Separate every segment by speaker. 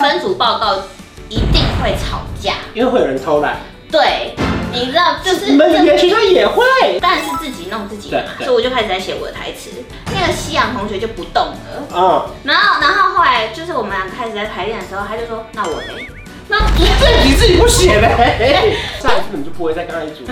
Speaker 1: 分组报告一定会吵架，
Speaker 2: 因为会有人偷懒，
Speaker 1: 对，你知道就是
Speaker 2: 你们语言
Speaker 1: 这
Speaker 2: 学校也会。
Speaker 1: 当然是自己弄自己的嘛，
Speaker 2: 对对
Speaker 1: 所以我就开始在写我的台词。那个西洋同学就不动了，
Speaker 2: 嗯，
Speaker 1: 然后然后后来就是我们俩开始在排练的时候，他就说那我嘞，那一
Speaker 2: 这题自己不写 呗，下一次你就不会再跟他一 组。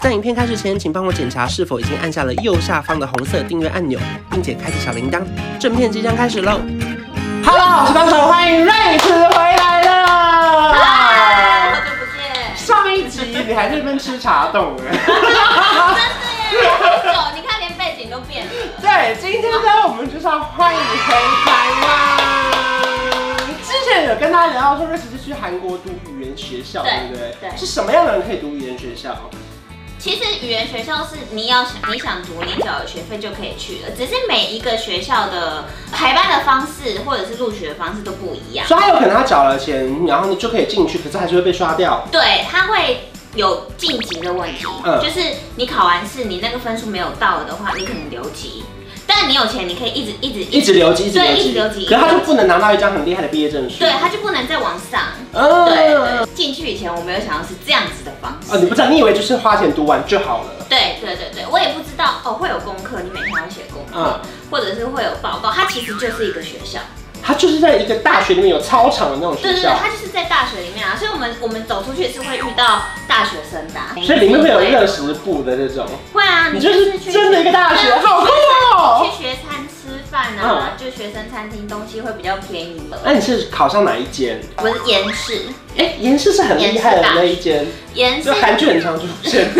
Speaker 2: 在影片开始前，请帮我检查是否已经按下了右下方的红色订阅按钮，并且开启小铃铛。正片即将开始喽！Hello，我是帮手，欢迎瑞子回来
Speaker 1: 嗨，好
Speaker 2: 了。
Speaker 1: 久不见，
Speaker 2: 上一集你还在那边吃茶冻呢。
Speaker 1: 真的耶，好久，你看连背景都变了。
Speaker 2: 对，今天呢，我们就是要欢迎回来啦。之前有跟大家聊到说，瑞奇是去韩国读语言学校，
Speaker 1: 对
Speaker 2: 对不对？
Speaker 1: 对
Speaker 2: 是什么样的人可以读语言学校？
Speaker 1: 其实语言学校是你要想你想读，你缴了学费就可以去了，只是每一个学校的排班的方式或者是录取的方式都不一样。
Speaker 2: 所以他有可能他缴了钱，然后呢就可以进去，可是还是会被刷掉。
Speaker 1: 对，它会有晋级的问题，
Speaker 2: 嗯
Speaker 1: 就是你考完试，你那个分数没有到的话，你可能留级。但你有钱，你可以一直一直
Speaker 2: 一直留级，一直
Speaker 1: 对
Speaker 2: 留级，
Speaker 1: 一直留级
Speaker 2: 可是他就不能拿到一张很厉害的毕业证书。啊
Speaker 1: 对，它就不能再往上。
Speaker 2: 嗯
Speaker 1: 对对，进去以前我没有想到是这样子的方
Speaker 2: 哦，你
Speaker 1: 式。
Speaker 2: 不知道，你以为就是花钱读完就好了。
Speaker 1: 对对对对，我也不知道哦，会有功课，你每天要写功
Speaker 2: 嗯啊
Speaker 1: 课，或者是会有报告，它其实就是一个学校。
Speaker 2: 他就是在一个大学里面有操场的那种学
Speaker 1: 对对对
Speaker 2: 校，，
Speaker 1: 它就是在大学里面啊，所以我们我们走出去是会遇到大学生的啊、
Speaker 2: 所以里面会有
Speaker 1: 会
Speaker 2: 热食部的这种。
Speaker 1: 会啊，
Speaker 2: 你就是
Speaker 1: 去
Speaker 2: 真的一个大学，嗯
Speaker 1: 对啊
Speaker 2: 好酷哦！
Speaker 1: 去学餐吃饭啊，就学生餐厅东西会比较便宜嘛。
Speaker 2: 那你是考上哪一间？
Speaker 1: 我是延世，
Speaker 2: 哎，严氏是很厉害的那一间，
Speaker 1: 延世
Speaker 2: 就韩剧很常出 现。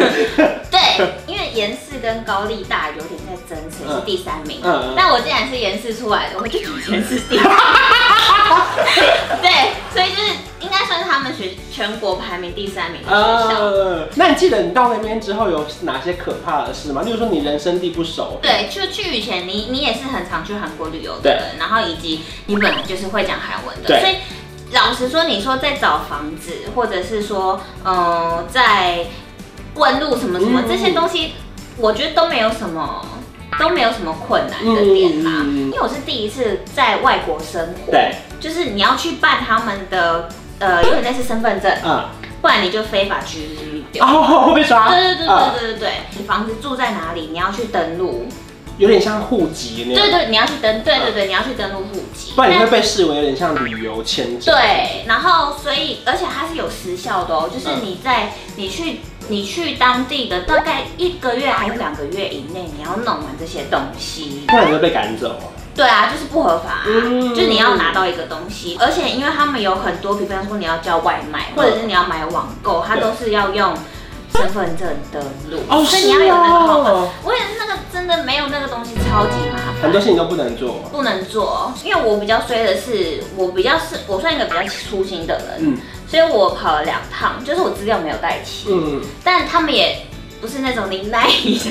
Speaker 1: 对，因为延世跟高丽大有点在争谁是第三名，
Speaker 2: 嗯嗯
Speaker 1: 但我竟然是延世出来的，我就觉得延世是第 三名。对，所以就是应该算是他们学全国排名第三名的学校。
Speaker 2: 呃，那你记得你到那边之后有哪些可怕的事吗？例如说你人生地不熟，
Speaker 1: 对，就去以前你你也是很常去韩国旅游的人，然后以及你本来就是会讲韩文的，
Speaker 2: 对
Speaker 1: 所以老实说，你说在找房子，或者是说呃在问路什么什么、
Speaker 2: 嗯
Speaker 1: 这些东西，我觉得都没有什么都没有什么困难的点啦、
Speaker 2: 嗯
Speaker 1: 因为我是第一次在外国生活，
Speaker 2: 对，
Speaker 1: 就是你要去办他们的呃有点类似身份证，
Speaker 2: 啊，
Speaker 1: 不然你就非法居住
Speaker 2: 然后会被抓，
Speaker 1: 对对对
Speaker 2: 啊
Speaker 1: 对对对对，你房子住在哪里，你要去登录。
Speaker 2: 有点像户籍那
Speaker 1: 对
Speaker 2: 样，
Speaker 1: 对，你要去登，对对对，你要去登录户籍。
Speaker 2: 嗯不然你会
Speaker 1: 但
Speaker 2: 被视为有点像旅游签证。，
Speaker 1: 对，然后所以而且它是有时效的哦，就是
Speaker 2: 嗯
Speaker 1: 你在你去你去当地的大概一个月还是两个月以内，你要弄完这些东西。
Speaker 2: 不然你会被赶走。
Speaker 1: 对啊，就是不合法啊、
Speaker 2: 嗯
Speaker 1: 就是你要拿到一个东西，而且因为他们有很多，比方说你要叫外
Speaker 2: 嗯
Speaker 1: 卖，或者是你要买网购，它都是要用身份证登录，
Speaker 2: 哦，
Speaker 1: 所以
Speaker 2: 是
Speaker 1: 你要有那个号码。
Speaker 2: 哦，
Speaker 1: 我也是那个真的没有那个东西，超级麻烦。
Speaker 2: 很多事情都不能做。
Speaker 1: 不能做，因为我比较衰的是，我比较是我算一个比较粗心的人，
Speaker 2: 嗯
Speaker 1: 所以我跑了两趟，就是我资料没有带齐，
Speaker 2: 嗯，
Speaker 1: 但他们也不是那种你来一下，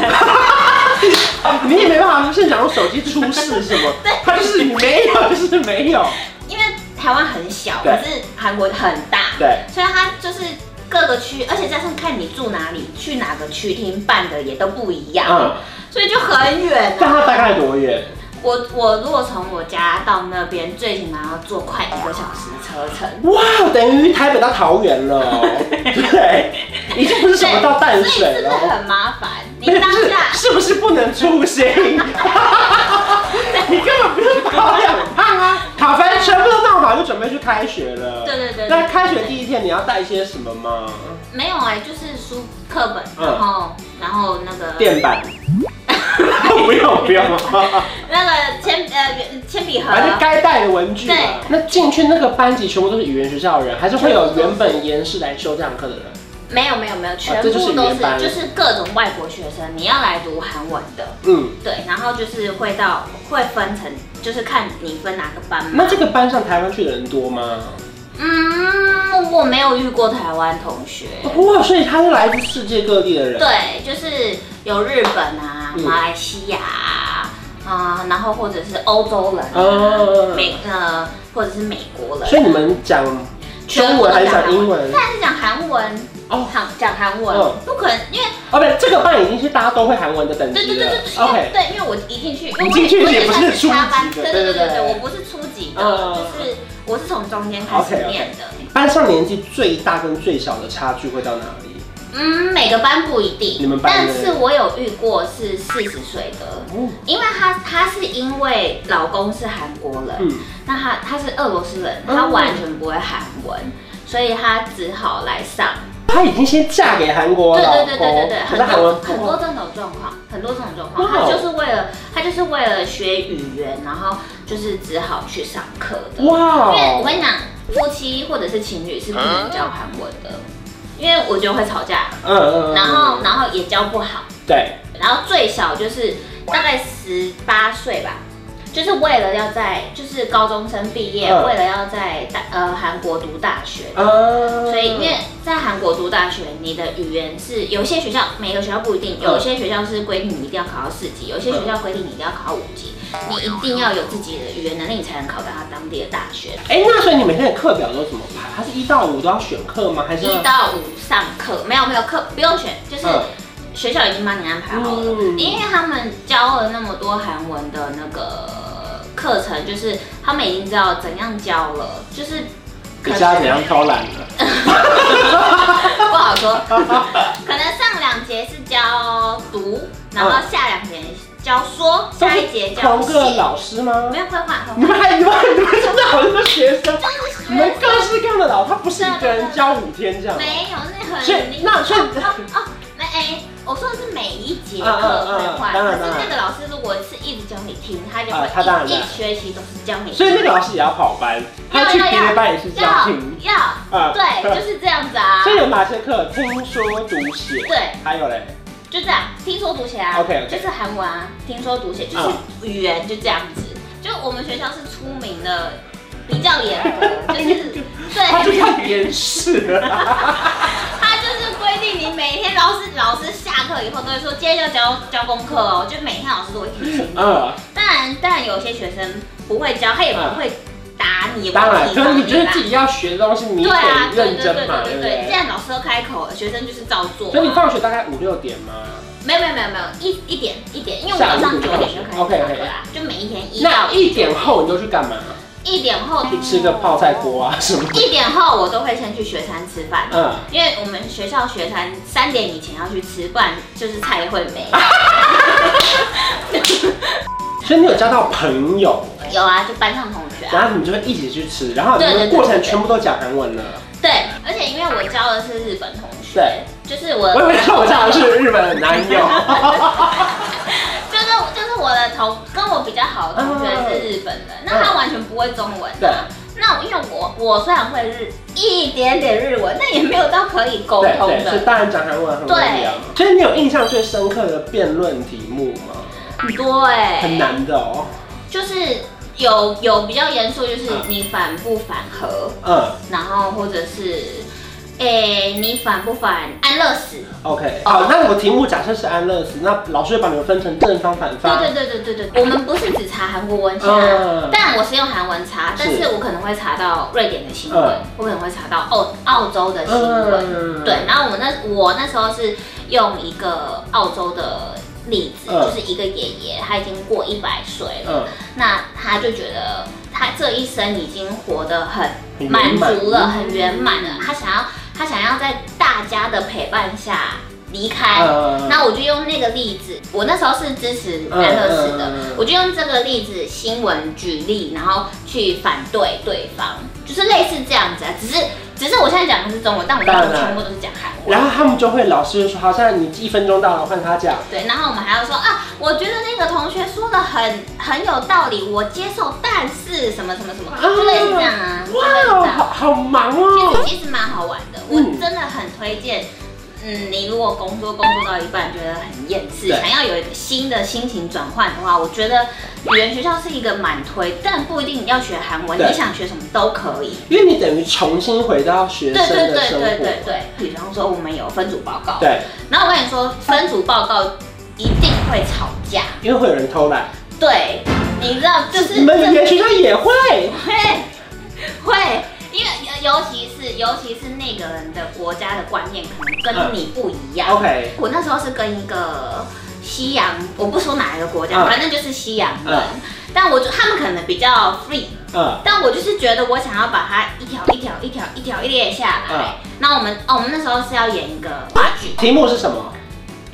Speaker 2: 你也没办法，现场用手机出事 什么，他就是你没有，就是没有。
Speaker 1: 因为台湾很小，可
Speaker 2: 对
Speaker 1: 是韩国很大，
Speaker 2: 对，
Speaker 1: 所以它就是各个区，而且加上看你住哪里，去哪个区厅办的也都不一样，
Speaker 2: 嗯，
Speaker 1: 所以就很远
Speaker 2: 但
Speaker 1: 啊。
Speaker 2: 他大概多远？
Speaker 1: 我我如果从我家到那边，最起码要坐快一个小时车程。
Speaker 2: 哇，等于台北到桃园了 哦，对，已经不是什么到淡
Speaker 1: 所以
Speaker 2: 水
Speaker 1: 真的
Speaker 2: 了。
Speaker 1: 很麻烦。你
Speaker 2: 不是
Speaker 1: 当下
Speaker 2: 是不是不能出行？ 你根本不是保养胖啊！好，反正全部都弄好，就准备去开学了。
Speaker 1: 对对对对
Speaker 2: 那开学第一天你要带一些什么吗？
Speaker 1: 没有哎、就是书课本，
Speaker 2: 嗯
Speaker 1: 然后、然后那个
Speaker 2: 垫板。 不 用不用，
Speaker 1: 那个铅呃圆铅笔盒，
Speaker 2: 反正该带的文具嘛
Speaker 1: 对。
Speaker 2: 那进去那个班级全部都是语言学校的人，还是会有原本研室来修这堂课的人？
Speaker 1: 没有没有没有，全
Speaker 2: 啊这就是
Speaker 1: 部
Speaker 2: 语
Speaker 1: 都
Speaker 2: 言
Speaker 1: 是、
Speaker 2: 班
Speaker 1: 就是各种外国学生，你要来读韩文的，
Speaker 2: 嗯，
Speaker 1: 对，然后就是会到会分成，就是看你分哪个班嘛
Speaker 2: 那。这个班上台湾去的人多吗？
Speaker 1: 嗯，我没有遇过台湾同学，
Speaker 2: 哇，所以他是来自世界各地的人。
Speaker 1: 对，就是有日本啊、
Speaker 2: 嗯
Speaker 1: 马来西亚啊、啊然后或者是欧洲人、啊、
Speaker 2: 哦，
Speaker 1: 美呃或者是美国人，啊
Speaker 2: 所以你们讲中文还是讲英文？
Speaker 1: 但是讲韩文，
Speaker 2: 哦
Speaker 1: 哦，讲韩文
Speaker 2: 嗯
Speaker 1: 不可能，因为
Speaker 2: 哦，不对，这个班已经是大家都会韩文的等级
Speaker 1: 对
Speaker 2: 了。
Speaker 1: 对对对对，因为
Speaker 2: OK，
Speaker 1: 对，因为我一进去，因为
Speaker 2: 你
Speaker 1: 我
Speaker 2: 进去
Speaker 1: 我
Speaker 2: 也不是
Speaker 1: 算插班
Speaker 2: 初级的
Speaker 1: 对
Speaker 2: 对
Speaker 1: 对对
Speaker 2: 对对
Speaker 1: 对，我不是初级的，
Speaker 2: 嗯
Speaker 1: 就是我是从中间开
Speaker 2: OK，OK
Speaker 1: 始念的。
Speaker 2: 班上年纪最大跟最小的差距会到哪里？
Speaker 1: 嗯，每个班不一
Speaker 2: 你
Speaker 1: 定
Speaker 2: 们，班
Speaker 1: 但
Speaker 2: 呢
Speaker 1: 是我有遇过是四十岁的，
Speaker 2: 哦，
Speaker 1: 因为她她是因为老公是韩国人，
Speaker 2: 嗯，
Speaker 1: 那她她是俄罗斯人，
Speaker 2: 嗯
Speaker 1: 她完全不会韩文，所以她只好来上。
Speaker 2: 她已经先嫁给韩国
Speaker 1: 对
Speaker 2: 老公，
Speaker 1: 对对对对对，
Speaker 2: 可
Speaker 1: 很
Speaker 2: 是韩
Speaker 1: 多
Speaker 2: 文
Speaker 1: 很
Speaker 2: 不
Speaker 1: 多
Speaker 2: 好。
Speaker 1: 这种状况，很多这种状
Speaker 2: 哇
Speaker 1: 况，
Speaker 2: 哦
Speaker 1: 她就是为了她就是为了学语言，然后就是只好去上课的。因为我
Speaker 2: 哇，
Speaker 1: 跟你讲，夫妻或者是情侣是不能教韩文的，因为我觉得会吵架，
Speaker 2: 嗯嗯嗯
Speaker 1: 然后然后也教不好。
Speaker 2: 对，
Speaker 1: 然后最小就是大概十八岁吧，就是为了要在就是高中生毕业，
Speaker 2: 嗯
Speaker 1: 为了要在大呃韩国读大学。
Speaker 2: 嗯，
Speaker 1: 所以，因为在韩国读大学，你的语言是有些学校每个学校不一定，
Speaker 2: 嗯
Speaker 1: 有些学校是规定你一定要考到四级，有些学校规定你一定要考五级，你一定要有自己的语言能力，你才能考到他当地的大学。
Speaker 2: 哎，那所以你每天的课表都怎么排？它是一到五都要选课吗？还是
Speaker 1: 一到五上课，没有没有课不用选，就是
Speaker 2: 嗯
Speaker 1: 学校已经帮你安排好了，
Speaker 2: 嗯
Speaker 1: 因为他们教了那么多韩文的那个课程，就是他们已经知道怎样教了，就是可
Speaker 2: 比
Speaker 1: 能
Speaker 2: 较怎样挑懒的？
Speaker 1: 不好说，可能上两节是教读，然后下两节教说，下一节教
Speaker 2: 同个
Speaker 1: 写，
Speaker 2: 老师吗
Speaker 1: 没？有会换，
Speaker 2: 你
Speaker 1: 会
Speaker 2: 们
Speaker 1: 换
Speaker 2: 还你们你们真的好像学生，你们各式各样的老，他不是一个人
Speaker 1: 对
Speaker 2: 教五天这样吗。
Speaker 1: 没有那很
Speaker 2: 所以那所以
Speaker 1: 哦哦哦，没哎，我说的是每一节
Speaker 2: 嗯嗯
Speaker 1: 课
Speaker 2: 嗯
Speaker 1: 会换，
Speaker 2: 当
Speaker 1: 可
Speaker 2: 然
Speaker 1: 是那个老师如果是一直教你听，他就
Speaker 2: 啊他当然
Speaker 1: 会一
Speaker 2: 了
Speaker 1: 一学期都是教你听。
Speaker 2: 所以那个老师也要跑班，他去别的班也是这样
Speaker 1: 要
Speaker 2: 听
Speaker 1: 要，
Speaker 2: 啊。
Speaker 1: 对， 就是这样子啊
Speaker 2: 所。以有哪些课？听说读写，
Speaker 1: 对，
Speaker 2: 还有嘞，
Speaker 1: 就这样，听说读写啊
Speaker 2: OK，OK
Speaker 1: 就是韩文啊，听说读写就是语言，就这样子。就我们学校是出名的比较严格，就是
Speaker 2: 他就
Speaker 1: 对，
Speaker 2: 看严氏 了。
Speaker 1: 他就是规定你每天老师老师下课以后都会说，今天要交交功课哦，就每天老师都会提醒你。
Speaker 2: 嗯，
Speaker 1: 当然，当然有些学生不会教，他也不会打你，也不
Speaker 2: 啊当
Speaker 1: 会
Speaker 2: 然，
Speaker 1: 体
Speaker 2: 可
Speaker 1: 罚
Speaker 2: 是你觉
Speaker 1: 你
Speaker 2: 得
Speaker 1: 啦。
Speaker 2: 自己要学的东西，你
Speaker 1: 对啊，
Speaker 2: 得
Speaker 1: 对
Speaker 2: 认
Speaker 1: 对对
Speaker 2: 真嘛，
Speaker 1: 对
Speaker 2: 对
Speaker 1: 对
Speaker 2: 不
Speaker 1: 对，既
Speaker 2: 对？
Speaker 1: 然老师都开口了，学生就是照做啊。
Speaker 2: 所以你放学大概五六点吗？
Speaker 1: 没有没有没有没有一一点一点，因为我早上九点就开始上课啦，就每一天一
Speaker 2: 那
Speaker 1: 到
Speaker 2: 一点后你就去干嘛？
Speaker 1: 一点后
Speaker 2: 去吃个泡菜，锅啊什么的？
Speaker 1: 一点后我都会先去学餐吃饭，
Speaker 2: 嗯，
Speaker 1: 因为我们学校学餐三点以前要去吃，不然就是菜会没。
Speaker 2: 啊所以你有交到朋友，
Speaker 1: 有啊，就班上同学啊，
Speaker 2: 然后你们就会一起去吃，然后你
Speaker 1: 对对
Speaker 2: 们
Speaker 1: 对
Speaker 2: 过程全部都讲韩文了。
Speaker 1: 对，而且因为我教的是日本同
Speaker 2: 对
Speaker 1: 学，就是我，
Speaker 2: 我以为我交的是日本的男友。
Speaker 1: 就是就是我的同跟我比较好的同学是日本人，那他完全不会中文
Speaker 2: 嗯对
Speaker 1: 啊。那我因为我我虽然会日一点点日文，但也没有到可以沟
Speaker 2: 对
Speaker 1: 通
Speaker 2: 对，所以
Speaker 1: 的，
Speaker 2: 当然讲韩文很啊无聊。所以你有印象最深刻的辩论题目吗？
Speaker 1: 很多哎，
Speaker 2: 很，难的哦。
Speaker 1: 就是有有比较严肃，就是
Speaker 2: 嗯
Speaker 1: 你反不反核，
Speaker 2: 嗯
Speaker 1: 然后或者是，哎，你反不反安乐死？
Speaker 2: ，OK，好，
Speaker 1: 哦
Speaker 2: 那我题目假设是安乐死，那老师会把你们分成正方反方。
Speaker 1: 对对对对对对，我们不是只查韩国文献啊
Speaker 2: 嗯，
Speaker 1: 但我是用韩文查，但
Speaker 2: 是
Speaker 1: 是我可能会查到瑞典的新闻
Speaker 2: 嗯，
Speaker 1: 我可能会查到澳澳洲的新闻。对，然后我们那我那时候是用一个澳洲的例子，
Speaker 2: 嗯
Speaker 1: 就是一个爷爷，他已经过一百岁了，
Speaker 2: 嗯，
Speaker 1: 那他就觉得他这一生已经活得很
Speaker 2: 很圆
Speaker 1: 满
Speaker 2: 满
Speaker 1: 足了，很圆满了，他想要他想要在大家的陪伴下离开。
Speaker 2: 嗯
Speaker 1: 哎那我就用那个例子，我那时候是支持安乐死的，
Speaker 2: 嗯嗯嗯嗯
Speaker 1: 我就用这个例子新闻举例，然后去反对对方，就是类似这样子啊。只是只是我现在讲的是中文，但我
Speaker 2: 当
Speaker 1: 刚
Speaker 2: 然
Speaker 1: 刚全部都是讲韩文。
Speaker 2: 然后他们就会，老师就说，好，现在你一分钟到了，换他讲。
Speaker 1: 对，然后我们还要说啊，我觉得那个同学说的很很有道理，我接受，但是什么什么什么，就类似这样啊，就类似这样。
Speaker 2: 哇，哎好好忙
Speaker 1: 其实
Speaker 2: 哦。
Speaker 1: 其实蛮好玩的，我
Speaker 2: 嗯
Speaker 1: 真的很推荐。嗯，你如果工作工作到一半觉得很厌世，
Speaker 2: 对
Speaker 1: 想要有一个新的心情转换的话，我觉得语言学校是一个蛮推，但不一定要学韩文，
Speaker 2: 对
Speaker 1: 你想学什么都可以。
Speaker 2: 因为你等于重新回到学
Speaker 1: 对
Speaker 2: 生
Speaker 1: 对
Speaker 2: 的
Speaker 1: 对
Speaker 2: 生
Speaker 1: 对
Speaker 2: 活。
Speaker 1: 对对，比方说我们有分组报告，
Speaker 2: 对，
Speaker 1: 然后我跟你说分组报告一定会吵架，
Speaker 2: 因为会有人偷懒。
Speaker 1: 对，你知道就是
Speaker 2: 你们
Speaker 1: 这
Speaker 2: 语言学校也会。
Speaker 1: 会会，因为得尤其是尤其是那个人的国家的观念可能
Speaker 2: 嗯
Speaker 1: 跟你不一样。
Speaker 2: OK，
Speaker 1: 我那时候是跟一个西洋，我不说哪一个国家，
Speaker 2: 嗯
Speaker 1: 反正就是西洋人，
Speaker 2: 嗯
Speaker 1: 但我就他们可能比较 free，
Speaker 2: 嗯
Speaker 1: 但我就是觉得我想要把它一条一条一条一条列下来。
Speaker 2: 嗯
Speaker 1: 那我们哦，我们那时候是要演一个话剧，
Speaker 2: 题目是什么？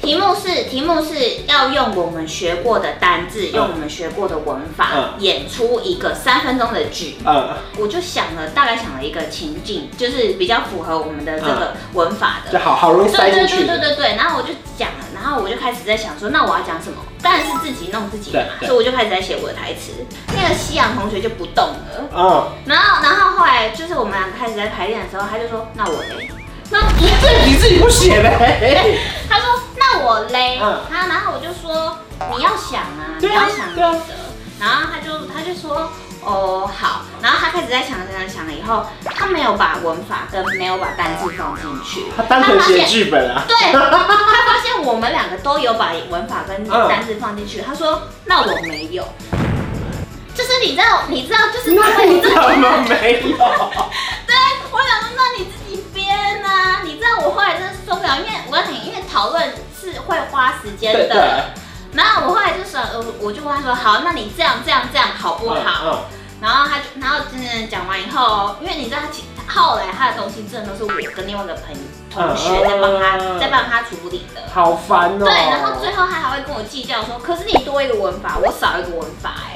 Speaker 1: 题目是题目是要用我们学过的单字，用我们学过的文法、
Speaker 2: 嗯
Speaker 1: 演出一个三分钟的剧。
Speaker 2: 嗯，
Speaker 1: 我就想了，大概想了一个情境，就是比较符合我们的这个文法的。
Speaker 2: 就好好容易塞
Speaker 1: 对对
Speaker 2: 进去
Speaker 1: 对。对对对，然后我就讲了，然后我就开始在想说，那我要讲什么？当然是自己弄自己的嘛，
Speaker 2: 对对
Speaker 1: 所以我就开始在写我的台词。那个西洋同学就不动了，
Speaker 2: 嗯，
Speaker 1: 然后然后后来就是我们俩开始在排练的时候，他就说，那我嘞，那你
Speaker 2: 这你自己不 写呗？
Speaker 1: 他说那我嘞，
Speaker 2: 嗯
Speaker 1: 然后然后我就说你要想啊，你
Speaker 2: 对啊
Speaker 1: 要想你
Speaker 2: 对啊
Speaker 1: 的，然后他就他就说哦好，然后他开始在想想想了以后，他没有把文法跟没有把单字放进 去，
Speaker 2: 他单纯写剧本啊。
Speaker 1: 对，他发现我们两个都有把文法跟
Speaker 2: 嗯
Speaker 1: 单字放进去，他说那我没有，就是你知道你知道就是
Speaker 2: 那
Speaker 1: 因为
Speaker 2: 你
Speaker 1: 你自
Speaker 2: 怎
Speaker 1: 己
Speaker 2: 么没有？
Speaker 1: 对， 我想说那你自己编啊，你知道我后来真的是受不了，因为我告诉你，因为讨论是会花时间
Speaker 2: 对
Speaker 1: 的。
Speaker 2: 对，
Speaker 1: 然后我后来就想，呃，我就问他说，好，那你这样这样这样好不好？
Speaker 2: 嗯
Speaker 1: 然后他就，然后真正讲完以后，因为你知道他其后来他的东西真的都是我跟另外一个朋友同学在帮
Speaker 2: 嗯
Speaker 1: 他在帮他处理的
Speaker 2: 嗯。好烦哦。
Speaker 1: 对，然后最后他还会跟我计较说，可是你多一个文法，我少一个文法、哎，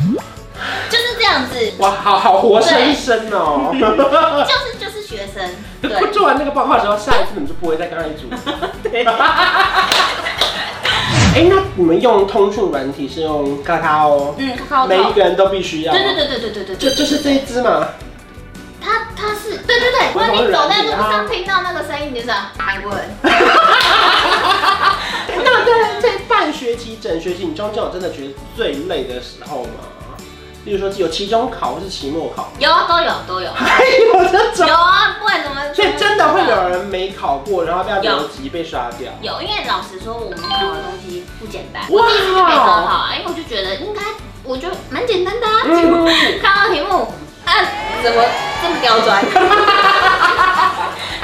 Speaker 1: 就是这样子，
Speaker 2: 哇，好好活生生哦。
Speaker 1: 就是就是学生， 对。
Speaker 2: 做完那个报告之后，下一次你们就不会再跟他一组。对。哎，那你们用通讯软体是用 Kakao，
Speaker 1: 嗯，靠
Speaker 2: 每
Speaker 1: 头
Speaker 2: 一。个人都必须要。
Speaker 1: 对对对对对对对
Speaker 2: 就
Speaker 1: 对，
Speaker 2: 就是这一支嘛。
Speaker 1: 他他是对对对，如果你走在路上听到那个声音，你就知道韩国人。
Speaker 2: 那在在半学期、整学期，你中间有真的觉得最累的时候吗？例如说有期中考或是期末 考，哎
Speaker 1: 有啊都有都有
Speaker 2: 还有这种
Speaker 1: 有，啊，不管怎么，
Speaker 2: 所以真的会有人没考过，然后被他留级被刷掉。
Speaker 1: 有，因为老实说，我们考的东西不简单，
Speaker 2: 哇
Speaker 1: 我第一次没考好啊，因为我就觉得应该，我就蛮简单的啊，结果
Speaker 2: 嗯
Speaker 1: 看到题目啊，怎么这么刁 钻？就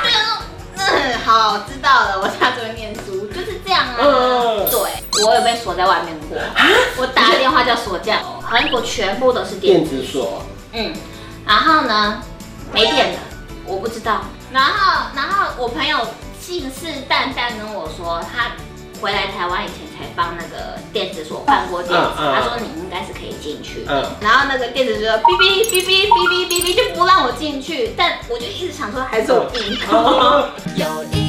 Speaker 1: 是说嗯，好，知道了，我下周会念书，就是这样啊。
Speaker 2: 嗯啊
Speaker 1: 对，我有被锁在外面过，我打个电话叫锁匠，韩国全部都是电
Speaker 2: 电子锁，
Speaker 1: 嗯，然后呢，没电了，我不知道。然后，然后我朋友信誓旦旦跟我说，他回来台湾以前才帮那个电子所换过电子，
Speaker 2: 嗯嗯
Speaker 1: 他说你应该是可以进去的。
Speaker 2: 嗯，
Speaker 1: 然后那个电子就说哔哔哔哔哔哔哔哔，就不让我进去。但我就一直想说，还是我硬。
Speaker 2: 哦
Speaker 1: 有一